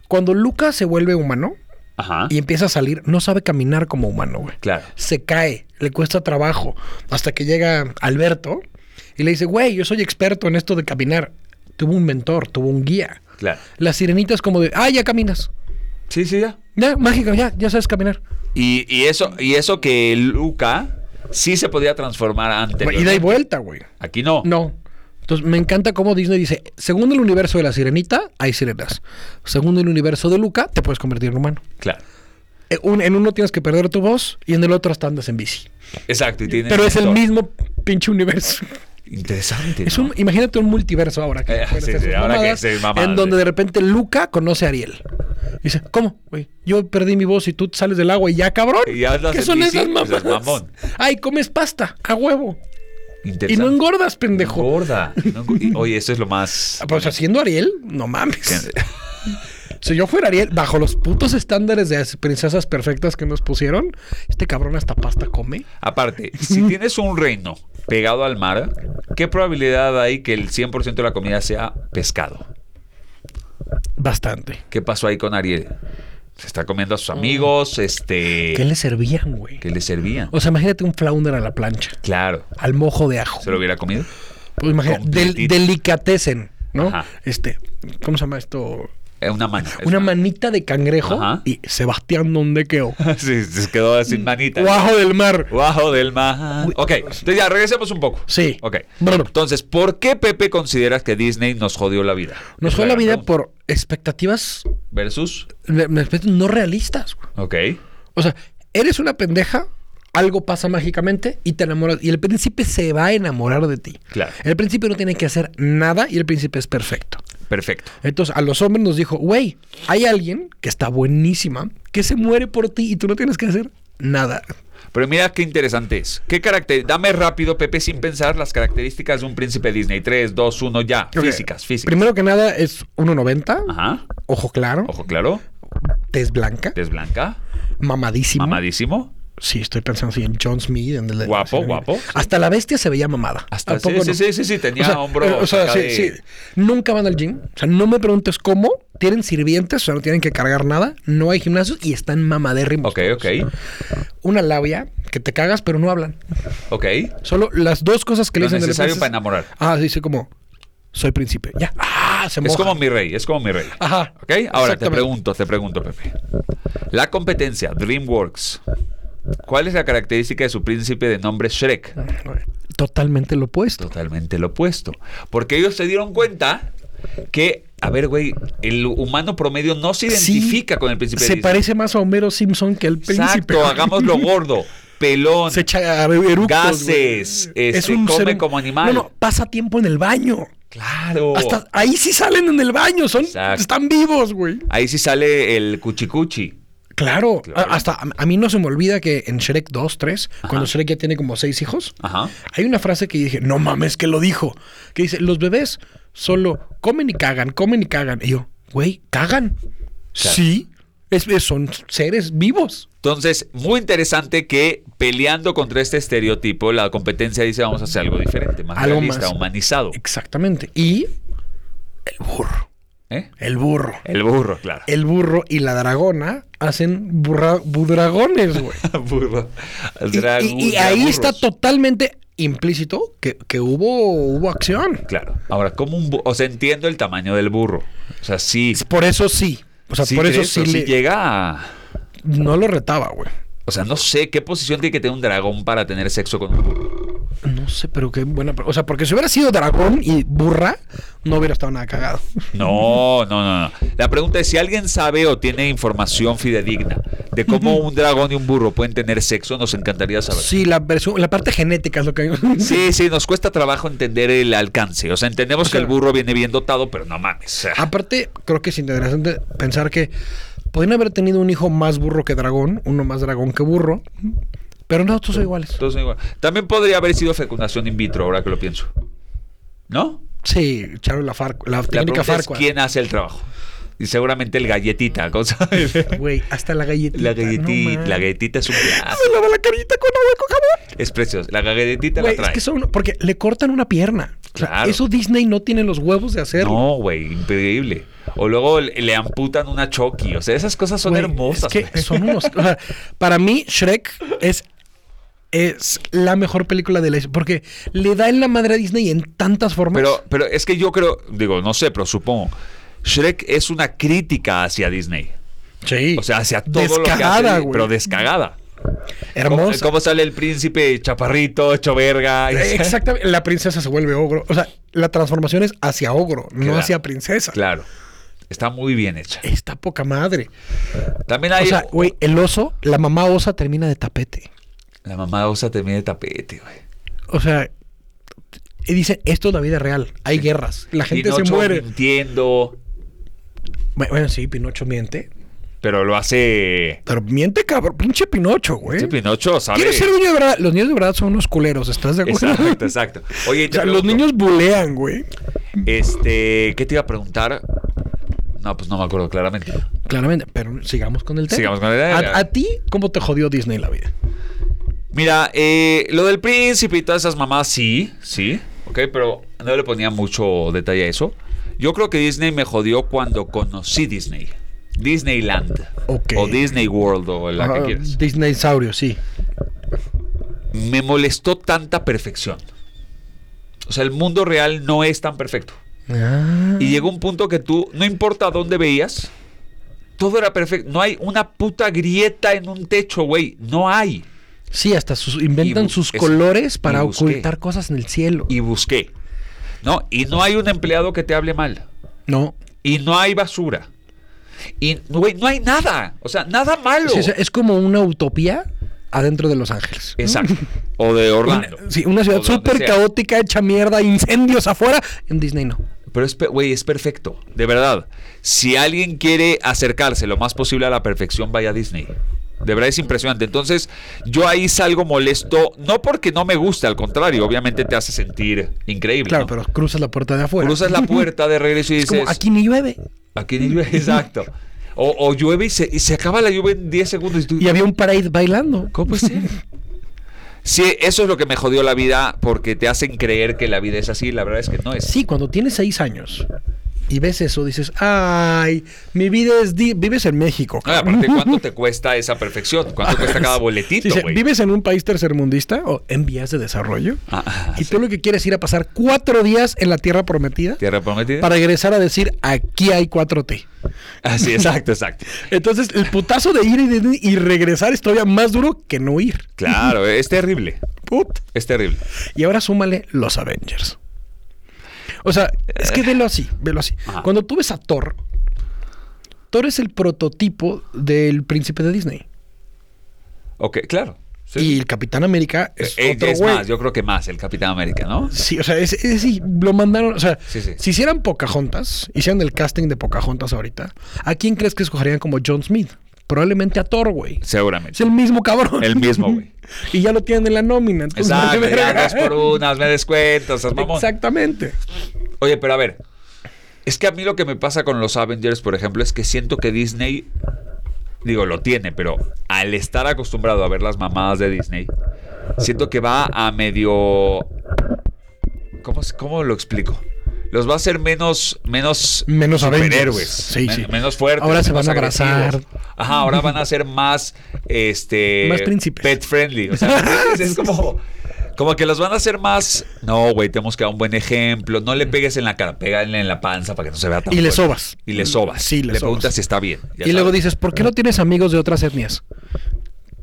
Speaker 3: Cuando Luca se vuelve humano
Speaker 1: Ajá.
Speaker 3: y empieza a salir, no sabe caminar como humano, güey.
Speaker 1: Ah. Claro.
Speaker 3: se cae, le cuesta trabajo, hasta que llega Alberto y le dice, güey, yo soy experto en esto de caminar. Tuvo un mentor, tuvo un guía.
Speaker 1: Claro.
Speaker 3: La sirenita es como de, ah, ya caminas.
Speaker 1: Sí, sí, ya.
Speaker 3: Ya, mágica, ya, ya sabes caminar.
Speaker 1: Y, y eso, y eso que Luca sí se podía transformar antes.
Speaker 3: Ida y vuelta, güey.
Speaker 1: Aquí no.
Speaker 3: No. Entonces me encanta cómo Disney dice, según el universo de la sirenita, hay sirenas. Según el universo de Luca, te puedes convertir en humano.
Speaker 1: Claro.
Speaker 3: Eh, un- en uno tienes que perder tu voz y en el otro hasta andas en bici.
Speaker 1: Exacto. y tiene
Speaker 3: Pero es el
Speaker 1: mentor.
Speaker 3: mismo pinche universo.
Speaker 1: Interesante.
Speaker 3: Es
Speaker 1: ¿no?
Speaker 3: un, imagínate un multiverso ahora que
Speaker 1: Eh,
Speaker 3: pueden
Speaker 1: sí,
Speaker 3: hacer
Speaker 1: sí,
Speaker 3: sus
Speaker 1: ahora que
Speaker 3: mamadas,
Speaker 1: se mamadas,
Speaker 3: en donde
Speaker 1: sí.
Speaker 3: de repente Luca conoce a Ariel. Y dice, ¿cómo, güey? Yo perdí mi voz y tú sales del agua y ya, cabrón.
Speaker 1: Y ya andas
Speaker 3: ¿Qué
Speaker 1: en
Speaker 3: son
Speaker 1: bici,
Speaker 3: esas
Speaker 1: pues,
Speaker 3: mamadas?
Speaker 1: es mamón.
Speaker 3: Ay, comes pasta a huevo. Y
Speaker 1: Interesante.
Speaker 3: no engordas, pendejo.
Speaker 1: Gorda. No engo- y- Oye, eso es lo más.
Speaker 3: Ah, Pues haciendo Ariel, no mames. Si yo fuera Ariel, bajo los putos estándares de las princesas perfectas que nos pusieron, este cabrón hasta pasta come.
Speaker 1: Aparte, si tienes un reino pegado al mar, ¿qué probabilidad hay que el 100% de la comida sea pescado?
Speaker 3: Bastante.
Speaker 1: ¿Qué pasó ahí con Ariel? Se está comiendo a sus amigos, este.
Speaker 3: Oh. ¿Qué le servían, güey?
Speaker 1: que le servían.
Speaker 3: O sea, imagínate un flounder a la plancha,
Speaker 1: Claro.
Speaker 3: al mojo de ajo.
Speaker 1: ¿Se lo hubiera comido?
Speaker 3: Pues imagínate, del,
Speaker 1: Completito.
Speaker 3: delicatecen, ¿no?
Speaker 1: Ajá.
Speaker 3: Este, ¿cómo se llama esto?
Speaker 1: Eh, una mano.
Speaker 3: Una manita de cangrejo
Speaker 1: Ajá.
Speaker 3: y Sebastián Dondequeo.
Speaker 1: sí, se quedó sin manita.
Speaker 3: Guajo del mar.
Speaker 1: Bajo del mar. Ok, entonces ya regresemos un poco.
Speaker 3: Sí.
Speaker 1: Ok.
Speaker 3: Brr.
Speaker 1: Entonces, ¿por qué Pepe consideras que Disney nos jodió la vida?
Speaker 3: Nos fue la vida por expectativas
Speaker 1: Versus.
Speaker 3: me- me- no realistas. güey.
Speaker 1: Ok.
Speaker 3: O sea, eres una pendeja, algo pasa mágicamente y te enamoras. Y el príncipe se va a enamorar de ti.
Speaker 1: Claro.
Speaker 3: El príncipe no tiene que hacer nada y el príncipe es perfecto.
Speaker 1: Perfecto.
Speaker 3: Entonces, a los hombres nos dijo, güey, hay alguien que está buenísima, que se muere por ti y tú no tienes que hacer nada.
Speaker 1: Pero mira qué interesante es. ¿Qué caracter Dame rápido, Pepe, sin pensar las características de un príncipe Disney. 3, 2, 1, ya.
Speaker 3: Ok.
Speaker 1: Físicas, físicas.
Speaker 3: Primero que nada es 1.90,
Speaker 1: Ajá.
Speaker 3: ojo claro,
Speaker 1: Ojo claro.
Speaker 3: tez blanca,
Speaker 1: Tez blanca.
Speaker 3: mamadísima.
Speaker 1: Mamadísimo.
Speaker 3: sí, estoy pensando así en John Smith. en el de-
Speaker 1: Guapo,
Speaker 3: en el-
Speaker 1: guapo.
Speaker 3: Hasta la bestia se veía mamada.
Speaker 1: Hasta-
Speaker 3: ¿A poco
Speaker 1: sí, sí, sí, sí, sí, tenía
Speaker 3: o sea,
Speaker 1: hombros
Speaker 3: eh, O sea,
Speaker 1: acá
Speaker 3: sí,
Speaker 1: de-
Speaker 3: sí. Nunca van al gym. O sea, no me preguntes cómo. Tienen sirvientes, o sea, no tienen que cargar nada. No hay gimnasios y están mamadérrimos.
Speaker 1: Ok, ok.
Speaker 3: Una labia que te cagas, pero no hablan.
Speaker 1: Ok.
Speaker 3: Solo las dos cosas que
Speaker 1: Lo
Speaker 3: le dicen de
Speaker 1: necesario
Speaker 3: repente es-
Speaker 1: para enamorar.
Speaker 3: Ah, dice como, soy príncipe. Ya. Ah, se
Speaker 1: Es
Speaker 3: moja.
Speaker 1: como mi rey, es como mi rey.
Speaker 3: Ajá.
Speaker 1: Ok, ahora te
Speaker 3: Exactamente.
Speaker 1: pregunto, te pregunto, Pepe. La competencia, DreamWorks. ¿Cuál es la característica de su príncipe de nombre Shrek?
Speaker 3: Totalmente lo opuesto.
Speaker 1: Totalmente lo opuesto. Porque ellos se dieron cuenta que, a ver, güey, el humano promedio no se
Speaker 3: Sí,
Speaker 1: identifica con el príncipe de
Speaker 3: Se
Speaker 1: Disney.
Speaker 3: parece más a Homero Simpson que al príncipe.
Speaker 1: Exacto, hagámoslo gordo, pelón.
Speaker 3: Se echa eructos,
Speaker 1: Gases,
Speaker 3: güey.
Speaker 1: este, come como animal.
Speaker 3: No, no, pasa tiempo en el baño.
Speaker 1: Claro.
Speaker 3: Hasta ahí sí salen en el baño, son
Speaker 1: Exacto.
Speaker 3: están vivos, güey.
Speaker 1: Ahí sí sale el cuchicuchi.
Speaker 3: Claro,
Speaker 1: Claro.
Speaker 3: a- hasta a, a mí no se me olvida que en Shrek 2, 3, cuando Shrek ya tiene como seis hijos,
Speaker 1: Ajá.
Speaker 3: Hay una frase que dije, no mames, que lo dijo. Que dice, los bebés solo comen y cagan, comen y cagan. Y yo, güey, cagan. Sí, es, es- son seres vivos.
Speaker 1: Entonces, muy interesante que peleando contra este estereotipo, la competencia dice vamos a hacer algo diferente, más
Speaker 3: Algo
Speaker 1: realista,
Speaker 3: más.
Speaker 1: humanizado.
Speaker 3: Exactamente. Y Eh, el burro.
Speaker 1: ¿Eh?
Speaker 3: El burro.
Speaker 1: El burro, claro.
Speaker 3: El burro y la dragona hacen burra, budragones, güey.
Speaker 1: burro.
Speaker 3: Y-
Speaker 1: Dragu-
Speaker 3: y, y ahí está
Speaker 1: draburros.
Speaker 3: totalmente implícito que, que hubo, hubo acción.
Speaker 1: Claro. Ahora, como un burro? O sea, entiendo el tamaño del burro. O sea, sí.
Speaker 3: Por eso sí. O sea,
Speaker 1: Sí
Speaker 3: por eso
Speaker 1: crees,
Speaker 3: sí,
Speaker 1: o
Speaker 3: le-
Speaker 1: sí llega a...
Speaker 3: no lo retaba, güey.
Speaker 1: O sea, no sé qué posición tiene que tener un dragón para tener sexo con un burro.
Speaker 3: No sé, pero qué buena. pre- O sea, porque si hubiera sido dragón y burra, no hubiera estado nada cagado.
Speaker 1: No, no, no, no. La pregunta es si alguien sabe o tiene información fidedigna de cómo un dragón y un burro pueden tener sexo, nos encantaría saber.
Speaker 3: Sí, la, versu- la parte genética es lo que.
Speaker 1: Sí, sí, nos cuesta trabajo entender el alcance. O sea, entendemos que el burro viene bien dotado, pero no mames. O sea,
Speaker 3: Aparte, creo que es interesante pensar que podrían haber tenido un hijo más burro que dragón, uno más dragón que burro, pero no, todos son iguales.
Speaker 1: todos son igual. También podría haber sido fecundación in vitro, ahora que lo pienso. ¿No?
Speaker 3: Sí, Charo la, Far- la
Speaker 1: La
Speaker 3: técnica
Speaker 1: pregunta es
Speaker 3: Farquaad.
Speaker 1: quién hace el trabajo. Y seguramente el galletita, cosa.
Speaker 3: Güey, hasta la galletita.
Speaker 1: La
Speaker 3: no
Speaker 1: galletita,
Speaker 3: mames.
Speaker 1: la galletita es un plato.
Speaker 3: Se lava la carita con agua con jabón.
Speaker 1: Es precioso. La galletita
Speaker 3: Güey,
Speaker 1: la
Speaker 3: es
Speaker 1: trae.
Speaker 3: que son porque le cortan una pierna. O sea,
Speaker 1: Claro.
Speaker 3: eso Disney no tiene los huevos de hacerlo.
Speaker 1: No, güey, increíble. O luego le le amputan una Chucky. O sea, esas cosas son
Speaker 3: Güey,
Speaker 1: hermosas.
Speaker 3: Es que
Speaker 1: güey.
Speaker 3: son unos. o sea, para mí, Shrek es. Es la mejor película de la historia. Porque le da en la madre a Disney en tantas formas.
Speaker 1: Pero, pero es que yo creo, digo, no sé, pero supongo. Shrek es una crítica hacia Disney.
Speaker 3: Sí.
Speaker 1: O sea, hacia todo lo que hace,
Speaker 3: Descarada,
Speaker 1: Disney,
Speaker 3: güey.
Speaker 1: pero descagada. ¿Cómo,
Speaker 3: Hermosa.
Speaker 1: cómo sale el príncipe chaparrito, hecho verga?
Speaker 3: Eh, Exactamente. La princesa se vuelve ogro. O sea, la transformación es hacia ogro, no
Speaker 1: Claro.
Speaker 3: hacia princesa.
Speaker 1: Claro. Está muy bien hecha.
Speaker 3: Está poca madre.
Speaker 1: También
Speaker 3: Eh, O
Speaker 1: hay.
Speaker 3: sea, güey, el oso, la mamá osa termina de tapete.
Speaker 1: la mamá osa también de tapete, güey.
Speaker 3: O sea, y dicen, esto es la vida real. Hay guerras. La gente se
Speaker 1: Pinocho
Speaker 3: muere.
Speaker 1: mintiendo,
Speaker 3: Bu- Bueno, sí, Pinocho miente.
Speaker 1: pero lo hace.
Speaker 3: Pero miente, cabrón. Pinche Pinocho, güey.
Speaker 1: Este Pinocho, ¿sabe?
Speaker 3: ¿Quieres ser dueño de verdad? Los niños de verdad son unos culeros, ¿estás de acuerdo?
Speaker 1: Exacto, exacto. Oye, y
Speaker 3: O
Speaker 1: te
Speaker 3: sea, los
Speaker 1: pregunto,
Speaker 3: niños bulean, güey.
Speaker 1: Este, ¿qué te iba a preguntar? No, pues no me acuerdo claramente.
Speaker 3: Claramente, pero sigamos con el tema.
Speaker 1: Sigamos con el tema.
Speaker 3: ¿A, a ti cómo te jodió Disney la vida?
Speaker 1: Mira, eh, lo del príncipe y todas esas mamás, sí, sí, ok, pero no le ponía mucho detalle a eso. Yo creo que Disney me jodió cuando conocí Disney. Disneyland.
Speaker 3: Ok.
Speaker 1: O Disney World o la que
Speaker 3: Ah,
Speaker 1: quieras.
Speaker 3: Disney Saurio, sí.
Speaker 1: Me molestó tanta perfección. O sea, el mundo real no es tan perfecto.
Speaker 3: Ah.
Speaker 1: Y llegó un punto que tú, no importa dónde veías, todo era perfecto. No hay una puta grieta en un techo, güey. No hay.
Speaker 3: Sí, hasta sus, inventan
Speaker 1: Y bu-
Speaker 3: sus
Speaker 1: es-
Speaker 3: colores para
Speaker 1: y busqué.
Speaker 3: ocultar cosas en el cielo.
Speaker 1: Y busqué. No, y no hay un empleado que te hable mal.
Speaker 3: no.
Speaker 1: Y no hay basura. Y, güey, no hay nada. O sea, nada malo.
Speaker 3: Sí, o sea, es como una utopía adentro de Los Ángeles.
Speaker 1: Exacto. O de Orlando.
Speaker 3: Una- sí, una ciudad
Speaker 1: O de donde
Speaker 3: súper
Speaker 1: sea.
Speaker 3: caótica, hecha mierda, incendios afuera. En Disney no.
Speaker 1: Pero es, pe- güey, es perfecto. De verdad. Si alguien quiere acercarse lo más posible a la perfección, vaya a Disney. De verdad es impresionante. Entonces, yo ahí salgo molesto, no porque no me guste, al contrario, obviamente te hace sentir increíble.
Speaker 3: Claro,
Speaker 1: ¿no?
Speaker 3: pero cruzas la puerta de afuera.
Speaker 1: Cruzas la puerta de regreso y
Speaker 3: Es como,
Speaker 1: dices.
Speaker 3: aquí ni llueve.
Speaker 1: Aquí ni llueve. Exacto. O, o llueve y se, y se acaba la lluvia en 10 segundos. Y tú,
Speaker 3: Y había un parade bailando.
Speaker 1: ¿Cómo puede ser? Sí, eso es lo que me jodió la vida porque te hacen creer que la vida es así. La verdad es que no es.
Speaker 3: Sí, cuando tienes seis años y ves eso, dices, ay, mi vida es... di- vives en México.
Speaker 1: No, y Ah, aparte, ¿cuánto te cuesta esa perfección? ¿Cuánto cuesta cada boletito,
Speaker 3: Dice,
Speaker 1: güey?
Speaker 3: ¿Vives en un país tercermundista o en vías de desarrollo?
Speaker 1: Ah, ah,
Speaker 3: y tú lo que quieres es ir a pasar cuatro días en la tierra prometida
Speaker 1: ¿Tierra prometida?
Speaker 3: para regresar a decir, aquí hay 4T.
Speaker 1: Ah, sí, exacto, exacto.
Speaker 3: Entonces, el putazo de ir y, de- y regresar es todavía más duro que no ir.
Speaker 1: Claro, es terrible.
Speaker 3: Put.
Speaker 1: Es terrible.
Speaker 3: Y ahora súmale los Avengers. O sea, es que velo así, velo así.
Speaker 1: Ajá.
Speaker 3: Cuando tú ves a Thor, Thor es el prototipo del príncipe de Disney.
Speaker 1: Ok, claro. sí.
Speaker 3: Y el Capitán América es
Speaker 1: Eh,
Speaker 3: otro
Speaker 1: es
Speaker 3: güey.
Speaker 1: más, yo creo que más, el Capitán América, ¿no?
Speaker 3: Sí, o sea, es, es- sí, lo mandaron. O sea,
Speaker 1: Sí, sí.
Speaker 3: si hicieran Pocahontas, hicieran el casting de Pocahontas ahorita, ¿a quién crees que escogerían como John Smith? Probablemente a Thor, güey. Es
Speaker 1: Seguramente.
Speaker 3: el mismo cabrón.
Speaker 1: El mismo, güey.
Speaker 3: y ya lo tienen en la nómina. entonces,
Speaker 1: Exacto, ya,
Speaker 3: vale verga.
Speaker 1: dos por unas, me descuento, esas mamón.
Speaker 3: Exactamente.
Speaker 1: Oye, pero a ver. Es que a mí lo que me pasa con los Avengers, por ejemplo, es que siento que Disney, digo, lo tiene, pero al estar acostumbrado a ver las mamadas de Disney, siento que va a medio... ¿Cómo, se- cómo lo explico? los va a hacer menos, menos,
Speaker 3: Menos
Speaker 1: superhéroes.
Speaker 3: Avengers. Sí,
Speaker 1: men-
Speaker 3: sí.
Speaker 1: Menos fuertes.
Speaker 3: Ahora se
Speaker 1: menos
Speaker 3: van a abrazar.
Speaker 1: agresivos. Ajá, ahora van a ser más, este,
Speaker 3: Más príncipes.
Speaker 1: pet friendly. O sea, es, es como, como que los van a hacer más. No, güey, tenemos que dar un buen ejemplo. No le pegues en la cara, pégale en la panza para que no se vea tan.
Speaker 3: Y le
Speaker 1: fuerte.
Speaker 3: sobas.
Speaker 1: Y le sobas.
Speaker 3: Sí, le
Speaker 1: Le
Speaker 3: sobas.
Speaker 1: preguntas si está bien. ya
Speaker 3: y luego
Speaker 1: sabes.
Speaker 3: dices, ¿por qué no tienes amigos de otras etnias?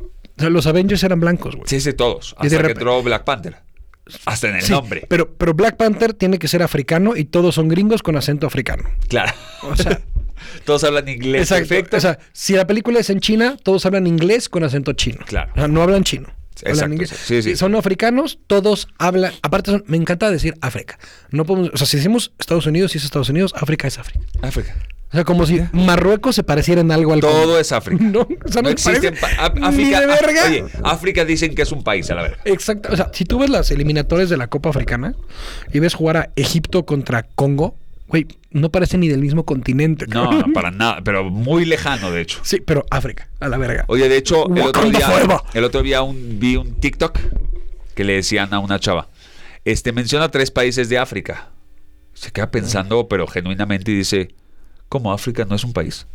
Speaker 3: O sea, los Avengers eran blancos, güey.
Speaker 1: Sí, sí, todos.
Speaker 3: Y de
Speaker 1: Hasta que
Speaker 3: repente-
Speaker 1: entró Black Panther. Hasta en el
Speaker 3: Sí,
Speaker 1: nombre.
Speaker 3: Pero, pero Black Panther tiene que ser africano y todos son gringos con acento africano.
Speaker 1: Claro.
Speaker 3: O sea,
Speaker 1: Todos hablan inglés.
Speaker 3: exacto.
Speaker 1: Perfecto.
Speaker 3: O sea, si la película es en China, todos hablan inglés con acento chino.
Speaker 1: Claro.
Speaker 3: O sea, no hablan chino.
Speaker 1: Exacto,
Speaker 3: hablan inglés.
Speaker 1: sí, sí.
Speaker 3: Si Son africanos, todos hablan. Aparte, son- me encanta decir África. No podemos, o sea, si decimos Estados Unidos, si es Estados Unidos, África es África.
Speaker 1: África.
Speaker 3: O sea, como si Marruecos se pareciera en algo al
Speaker 1: Todo es África.
Speaker 3: No, o sea,
Speaker 1: No
Speaker 3: no,
Speaker 1: existe
Speaker 3: parece
Speaker 1: pa- Á-
Speaker 3: ni
Speaker 1: África.
Speaker 3: de
Speaker 1: Á-
Speaker 3: verga.
Speaker 1: Oye, África dicen que es un país, a la verdad.
Speaker 3: Exacto. O sea, si tú ves las eliminatorias de la Copa Africana y ves jugar a Egipto contra Congo, güey, no parece ni del mismo continente.
Speaker 1: No,
Speaker 3: cabrón.
Speaker 1: no, para nada, pero muy lejano, de hecho.
Speaker 3: Sí, pero África, a la verga.
Speaker 1: Oye, de hecho, el otro
Speaker 3: Wakanda
Speaker 1: día,
Speaker 3: forever.
Speaker 1: el otro día un- vi un TikTok que le decían a una chava, este, menciona tres países de África. Se queda pensando, pero genuinamente, y dice, ¿cómo África no es un país?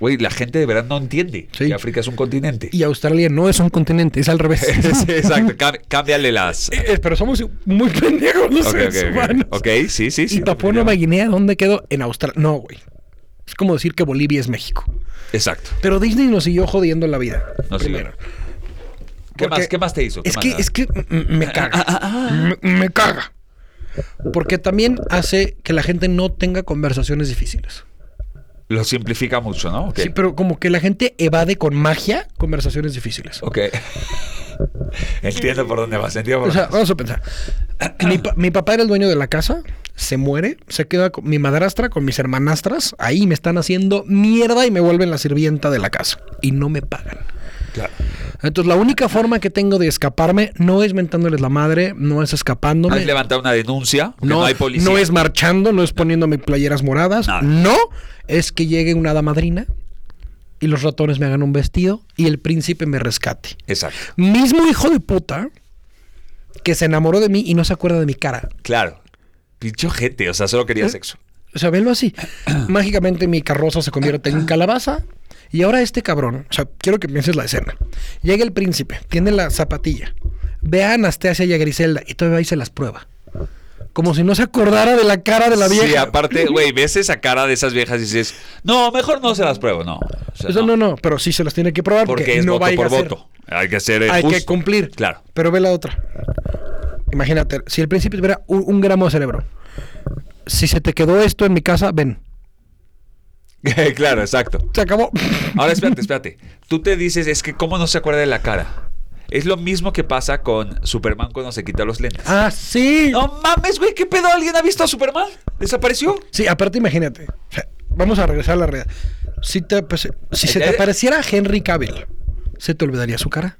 Speaker 1: Güey, la gente de verdad no entiende
Speaker 3: Sí.
Speaker 1: que África es un continente.
Speaker 3: Y Australia no es un continente, es al revés.
Speaker 1: Sí, Exacto, cam- cámbiale las...
Speaker 3: Eh, eh, pero somos muy pendejos los
Speaker 1: Ok,
Speaker 3: seres
Speaker 1: ok, ok.
Speaker 3: humanos.
Speaker 1: Ok, sí, sí, sí.
Speaker 3: Y Papua Nueva Guinea, ¿dónde quedó? En Australia. No, güey. Es como decir que Bolivia es México.
Speaker 1: Exacto.
Speaker 3: Pero Disney nos siguió jodiendo la vida.
Speaker 1: No, sí.
Speaker 3: primero.
Speaker 1: ¿Qué
Speaker 3: Porque
Speaker 1: más, ¿Qué más te hizo? ¿Qué
Speaker 3: Es
Speaker 1: más? Ah,
Speaker 3: que, es que m- me caga. me, me caga. Porque también hace que la gente no tenga conversaciones difíciles.
Speaker 1: Lo simplifica mucho, ¿no? Ok.
Speaker 3: Sí, pero como que la gente evade con magia conversaciones difíciles.
Speaker 1: Ok. Entiendo por dónde vas, entiendo por
Speaker 3: O sea,
Speaker 1: dónde vas.
Speaker 3: vamos a pensar. Mi, pa- mi papá era el dueño de la casa, se muere, se queda con mi madrastra, con mis hermanastras, ahí me están haciendo mierda y me vuelven la sirvienta de la casa. Y no me pagan.
Speaker 1: Claro.
Speaker 3: Entonces, la única forma que tengo de escaparme no es mentándoles la madre, no es escapándome.
Speaker 1: ¿Has levantado una denuncia? No, no hay policía.
Speaker 3: no es marchando, no es poniéndome playeras moradas.
Speaker 1: Nada.
Speaker 3: No, es que llegue una hada madrina y los ratones me hagan un vestido y el príncipe me rescate.
Speaker 1: Exacto.
Speaker 3: Mismo hijo de puta que se enamoró de mí y no se acuerda de mi cara.
Speaker 1: Claro. Pincho gente, o sea, solo quería
Speaker 3: ¿Eh?
Speaker 1: sexo.
Speaker 3: O sea, velo así. Mágicamente mi carroza se convierte en calabaza. Y ahora este cabrón, o sea, quiero que pienses la escena. Llega el príncipe, tiene la zapatilla, ve a Anastasia y a Griselda y todavía ahí se las prueba. Como si no se acordara de la cara de la vieja.
Speaker 1: Sí, aparte, güey, ves esa cara de esas viejas y dices, no, mejor no se las pruebo, no. O sea,
Speaker 3: Eso no, no, pero sí se las tiene que probar porque,
Speaker 1: Porque es
Speaker 3: no
Speaker 1: voto
Speaker 3: vaya
Speaker 1: por
Speaker 3: a ser.
Speaker 1: voto. Hay que ser eh,
Speaker 3: Hay que
Speaker 1: justo.
Speaker 3: cumplir.
Speaker 1: Claro.
Speaker 3: Pero ve la otra. Imagínate, si el príncipe tuviera un, un gramo de cerebro. Si se te quedó esto en mi casa, ven.
Speaker 1: claro, exacto.
Speaker 3: Se acabó.
Speaker 1: Ahora espérate, espérate. Tú te dices, es que cómo no se acuerda de la cara. Es lo mismo que pasa con Superman cuando se quita los lentes.
Speaker 3: ah, sí.
Speaker 1: No mames, güey, ¿qué pedo? ¿Alguien ha visto a Superman? ¿Desapareció?
Speaker 3: Sí, aparte imagínate. O sea, vamos a regresar a la realidad. Si, te, pues, si
Speaker 1: Eh,
Speaker 3: se te apareciera Henry Cavill, ¿se te olvidaría su cara?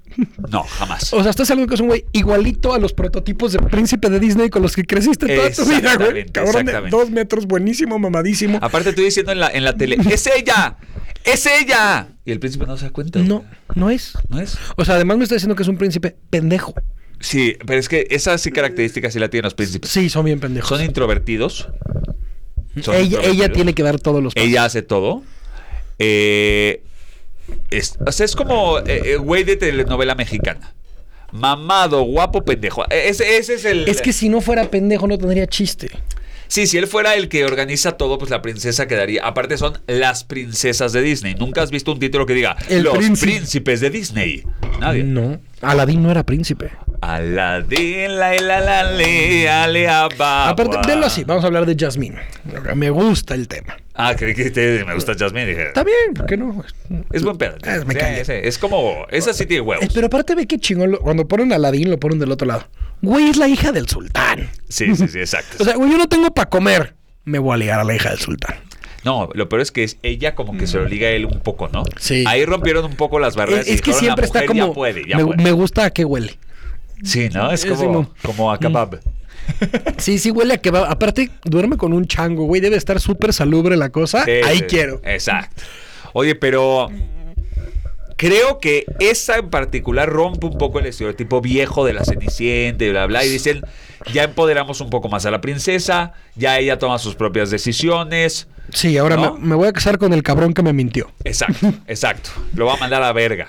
Speaker 1: No, jamás.
Speaker 3: O sea, estás hablando que es un güey igualito a los prototipos de príncipe de Disney con los que creciste toda tu vida, güey.
Speaker 1: Exactamente,
Speaker 3: Cabrón de
Speaker 1: exactamente.
Speaker 3: dos metros, buenísimo, mamadísimo.
Speaker 1: Aparte, tú diciendo en la, en la tele, ¡es ella! ¡Es ella! Y el príncipe no se da cuenta. güey.
Speaker 3: No, no es.
Speaker 1: ¿No es?
Speaker 3: O sea, además me está diciendo que es un príncipe pendejo.
Speaker 1: Sí, pero es que esas sí características sí la tienen los príncipes.
Speaker 3: Sí, son bien pendejos.
Speaker 1: Son introvertidos. Son
Speaker 3: ella, ella
Speaker 1: introvertidos.
Speaker 3: tiene que dar todos los pasos.
Speaker 1: Ella hace todo. Eh, es, o sea, es como eh, eh, güey de telenovela mexicana. Mamado, guapo, pendejo. E- Ese, ese es el.
Speaker 3: Es que si no fuera pendejo no tendría chiste.
Speaker 1: Sí, si él fuera el que organiza todo, pues la princesa quedaría. Aparte son las princesas de Disney. Nunca has visto un título que diga
Speaker 3: El
Speaker 1: Los
Speaker 3: príncipe".
Speaker 1: príncipes de Disney. Nadie.
Speaker 3: No. Aladín no era príncipe.
Speaker 1: Aladín, la, la, la, le, ale, ababa.
Speaker 3: Aparte, denlo así. Vamos a hablar de Jasmine. Me gusta el tema.
Speaker 1: Ah, creí que te- me gusta Jasmine. dije,
Speaker 3: Está bien, ¿por qué no?
Speaker 1: Es buen pedo.
Speaker 3: Ah, me
Speaker 1: Sí,
Speaker 3: callé.
Speaker 1: sí, es como. Esa sí tiene huevos.
Speaker 3: Eh, Pero aparte ve que chingón, lo- cuando ponen a Aladín lo ponen del otro lado. Güey, es la hija del sultán.
Speaker 1: Sí, sí, sí, exacto.
Speaker 3: O sea, güey, yo no tengo para comer. Me voy a ligar a la hija del sultán.
Speaker 1: No, lo peor es que es ella como que se lo liga a él un poco, ¿no?
Speaker 3: Sí.
Speaker 1: Ahí rompieron un poco las barreras.
Speaker 3: Es, es
Speaker 1: y
Speaker 3: que
Speaker 1: dijeron, "La
Speaker 3: siempre está
Speaker 1: mujer ya
Speaker 3: como...
Speaker 1: puede, ya
Speaker 3: me,
Speaker 1: puede".
Speaker 3: me gusta a qué huele.
Speaker 1: Sí, ¿no? Es
Speaker 3: Sí, Mm.
Speaker 1: como,
Speaker 3: mo.
Speaker 1: como a kebab.
Speaker 3: Sí, sí huele a que va. Aparte, duerme con un chango, güey. Debe estar súper salubre la cosa.
Speaker 1: Sí, Eh,
Speaker 3: Ahí
Speaker 1: sí,
Speaker 3: quiero.
Speaker 1: Exacto. Oye, pero Creo que esa en particular rompe un poco el estereotipo viejo de la Cenicienta y bla, bla. Y dicen, ya empoderamos un poco más a la princesa, ya ella toma sus propias decisiones.
Speaker 3: Sí, ahora
Speaker 1: ¿No?
Speaker 3: me, me voy a casar con el cabrón que me mintió.
Speaker 1: Exacto, exacto. Lo va a mandar a la verga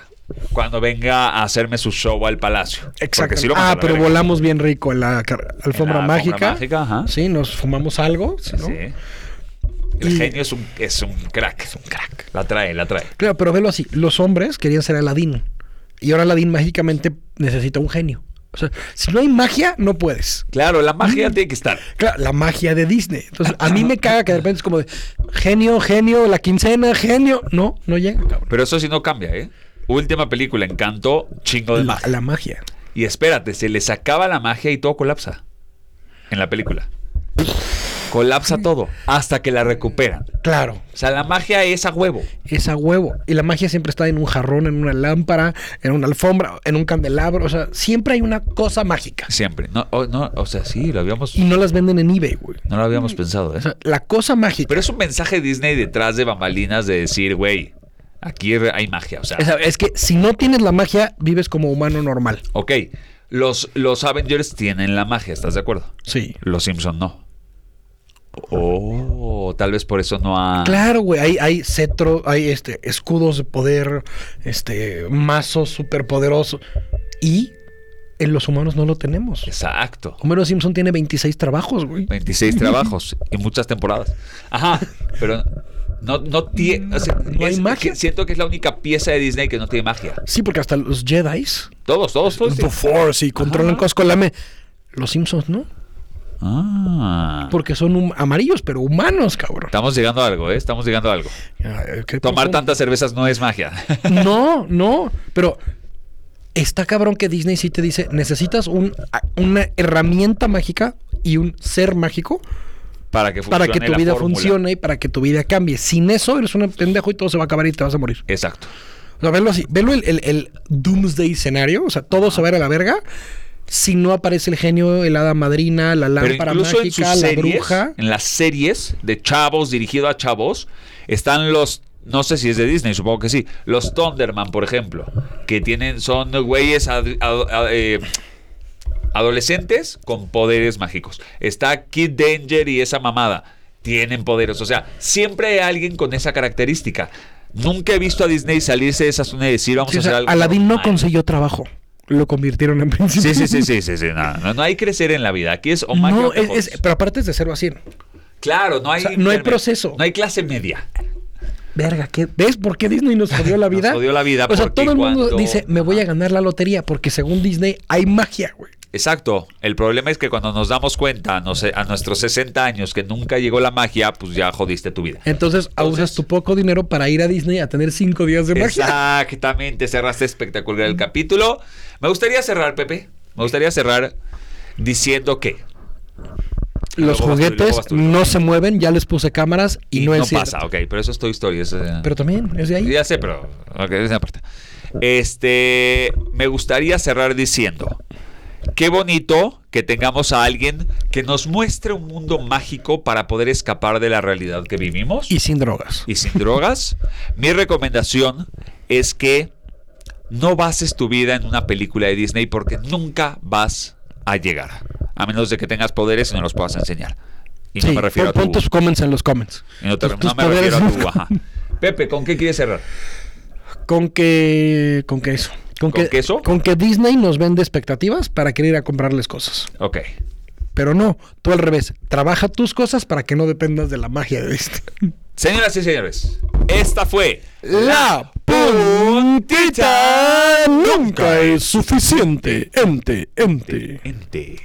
Speaker 1: cuando venga a hacerme su show al palacio. Porque sí lo manda a
Speaker 3: ah,
Speaker 1: la
Speaker 3: pero
Speaker 1: verga.
Speaker 3: volamos bien rico en la car-
Speaker 1: En
Speaker 3: alfombra
Speaker 1: la alfombra
Speaker 3: mágica.
Speaker 1: mágica, ajá.
Speaker 3: Sí, nos fumamos algo. sí, ¿no?
Speaker 1: Sí. El
Speaker 3: Y-
Speaker 1: genio es un, es un crack. Es un crack. La trae, la trae.
Speaker 3: Claro, pero velo así. Los hombres querían ser Aladín. Y ahora Aladín mágicamente necesita un genio. O sea, si no hay magia, no puedes.
Speaker 1: Claro, la magia
Speaker 3: Mm.
Speaker 1: tiene que estar.
Speaker 3: Claro, la magia de Disney. Entonces, a mí me caga que de repente es como de genio, genio, la quincena, genio. No, no llega, cabrón.
Speaker 1: Pero eso sí no cambia, ¿eh? Última película, Encanto, chingo de
Speaker 3: La,
Speaker 1: magia.
Speaker 3: la magia.
Speaker 1: Y espérate, se les acaba la magia y todo colapsa. En la película. Colapsa todo hasta que la recuperan.
Speaker 3: Claro,
Speaker 1: O sea, la magia es a huevo.
Speaker 3: es a huevo. Y la magia siempre está en un jarrón, en una lámpara, en una alfombra, en un candelabro. O sea, siempre hay una cosa mágica.
Speaker 1: Siempre. No, o, no, o sea, sí, lo habíamos,
Speaker 3: Y no las venden en eBay, güey.
Speaker 1: no lo habíamos pensado, ¿eh?
Speaker 3: O sea, la cosa mágica.
Speaker 1: Pero es un mensaje Disney detrás de bambalinas de decir, güey, aquí re- hay magia. O sea,
Speaker 3: O sea, es que si no tienes la magia, vives como humano normal.
Speaker 1: ok, los, los Avengers tienen la magia, ¿estás de acuerdo?
Speaker 3: Sí.
Speaker 1: Los Simpson no. Oh, tal vez por eso no ha...
Speaker 3: Claro, güey, hay, hay cetro, hay este, escudos de poder, este, mazos superpoderosos. Y en los humanos no lo tenemos.
Speaker 1: Exacto.
Speaker 3: Homero Simpson tiene 26 trabajos, güey.
Speaker 1: 26 trabajos y muchas temporadas. Ajá, pero no, no tiene... o sea,
Speaker 3: No hay
Speaker 1: es-
Speaker 3: magia.
Speaker 1: que siento que es la única pieza de Disney que no tiene magia.
Speaker 3: Sí, porque hasta los Jedi,
Speaker 1: Todos, todos, todos.
Speaker 3: The
Speaker 1: tienen-
Speaker 3: Force y
Speaker 1: Pues
Speaker 3: controlan
Speaker 1: Ajá.
Speaker 3: cosas con la me. Los Simpsons no,
Speaker 1: Ah.
Speaker 3: porque son hum- amarillos, pero humanos, cabrón.
Speaker 1: Estamos llegando a algo, ¿eh? Estamos llegando a algo.
Speaker 3: Ay, qué
Speaker 1: Tomar
Speaker 3: profundo.
Speaker 1: tantas cervezas no es magia.
Speaker 3: No, no, pero está cabrón que Disney sí te dice, necesitas un, a- una herramienta mágica y un ser mágico
Speaker 1: para que funcione
Speaker 3: para que tu
Speaker 1: la
Speaker 3: vida
Speaker 1: fórmula.
Speaker 3: funcione y para que tu vida cambie. Sin eso eres un pendejo y todo se va a acabar y te vas a morir.
Speaker 1: Exacto.
Speaker 3: O sea, velo así, velo el, el- el doomsday escenario, o sea, todo se va a ir a la verga. Si no aparece el genio, el hada madrina, la
Speaker 1: Pero
Speaker 3: lámpara
Speaker 1: incluso en sus
Speaker 3: mágica, la
Speaker 1: series,
Speaker 3: bruja.
Speaker 1: en las series de chavos, dirigido a chavos, están los, no sé si es de Disney, supongo que sí, los Thunderman, por ejemplo, que tienen, son güeyes ad- ad- ad- eh, adolescentes con poderes mágicos. Está Kid Danger y esa mamada, tienen poderes, o sea, siempre hay alguien con esa característica. Nunca he visto a Disney salirse de esa zona y decir, vamos a
Speaker 3: Sí, o
Speaker 1: hacer
Speaker 3: sea,
Speaker 1: algo.
Speaker 3: Aladín no
Speaker 1: normal".
Speaker 3: consiguió trabajo. Lo convirtieron en príncipe.
Speaker 1: Sí, sí, sí, sí, sí, sí, nada. No, no hay crecer en la vida. Aquí es o magia o
Speaker 3: No,
Speaker 1: te
Speaker 3: es- es-
Speaker 1: jodes.
Speaker 3: pero aparte es de 0 a 100.
Speaker 1: Claro, no hay.
Speaker 3: sea, no hay
Speaker 1: intermedio.
Speaker 3: proceso.
Speaker 1: No hay clase media.
Speaker 3: Verga, ¿qué? ¿ves por qué Disney nos jodió la
Speaker 1: Nos
Speaker 3: vida?
Speaker 1: jodió la vida
Speaker 3: O sea,
Speaker 1: porque
Speaker 3: todo el mundo
Speaker 1: cuando-
Speaker 3: dice, me voy a ganar la lotería, porque según Disney hay magia, güey.
Speaker 1: Exacto. El problema es que cuando nos damos cuenta no sé, a nuestros 60 años que nunca llegó la magia, pues ya jodiste tu vida.
Speaker 3: Entonces, ah, usas tu poco dinero para ir a Disney a tener cinco días de magia.
Speaker 1: Exactamente. Cerraste espectacular el capítulo. Me gustaría cerrar, Pepe. Me gustaría cerrar diciendo que.
Speaker 3: Los
Speaker 1: Luego vas tú, luego
Speaker 3: juguetes
Speaker 1: vas tú.
Speaker 3: no se mueven, ya les puse cámaras y, no, es cierto.
Speaker 1: pasa, ok. Pero eso es Toy Story. eso es- eh,
Speaker 3: Pero también es de ahí.
Speaker 1: Ya sé, pero. Ok, esa parte. Este. Me gustaría cerrar diciendo. Qué bonito que tengamos a alguien que nos muestre un mundo mágico para poder escapar de la realidad que vivimos
Speaker 3: Y sin drogas.
Speaker 1: y sin drogas. Mi recomendación es que no bases tu vida en una película de Disney porque nunca vas a llegar. A menos de que tengas poderes y no los puedas enseñar. Y no
Speaker 3: Sí,
Speaker 1: me refiero a
Speaker 3: pon-
Speaker 1: tu.
Speaker 3: pon tus comments en los comments.
Speaker 1: y no te-
Speaker 3: tus- tus
Speaker 1: no me refiero a
Speaker 3: poderes.
Speaker 1: tu. ajá. Pepe, ¿con qué quieres cerrar?
Speaker 3: Con que... Con que eso. Con,
Speaker 1: ¿Con
Speaker 3: que,
Speaker 1: queso?
Speaker 3: Con que Disney nos vende expectativas para querer ir a comprarles cosas.
Speaker 1: Ok.
Speaker 3: Pero no, tú al revés. Trabaja tus cosas para que no dependas de la magia de Disney.
Speaker 1: Señoras y señores, esta fue
Speaker 3: La puntita nunca es suficiente. Ente, ente.
Speaker 1: Ente.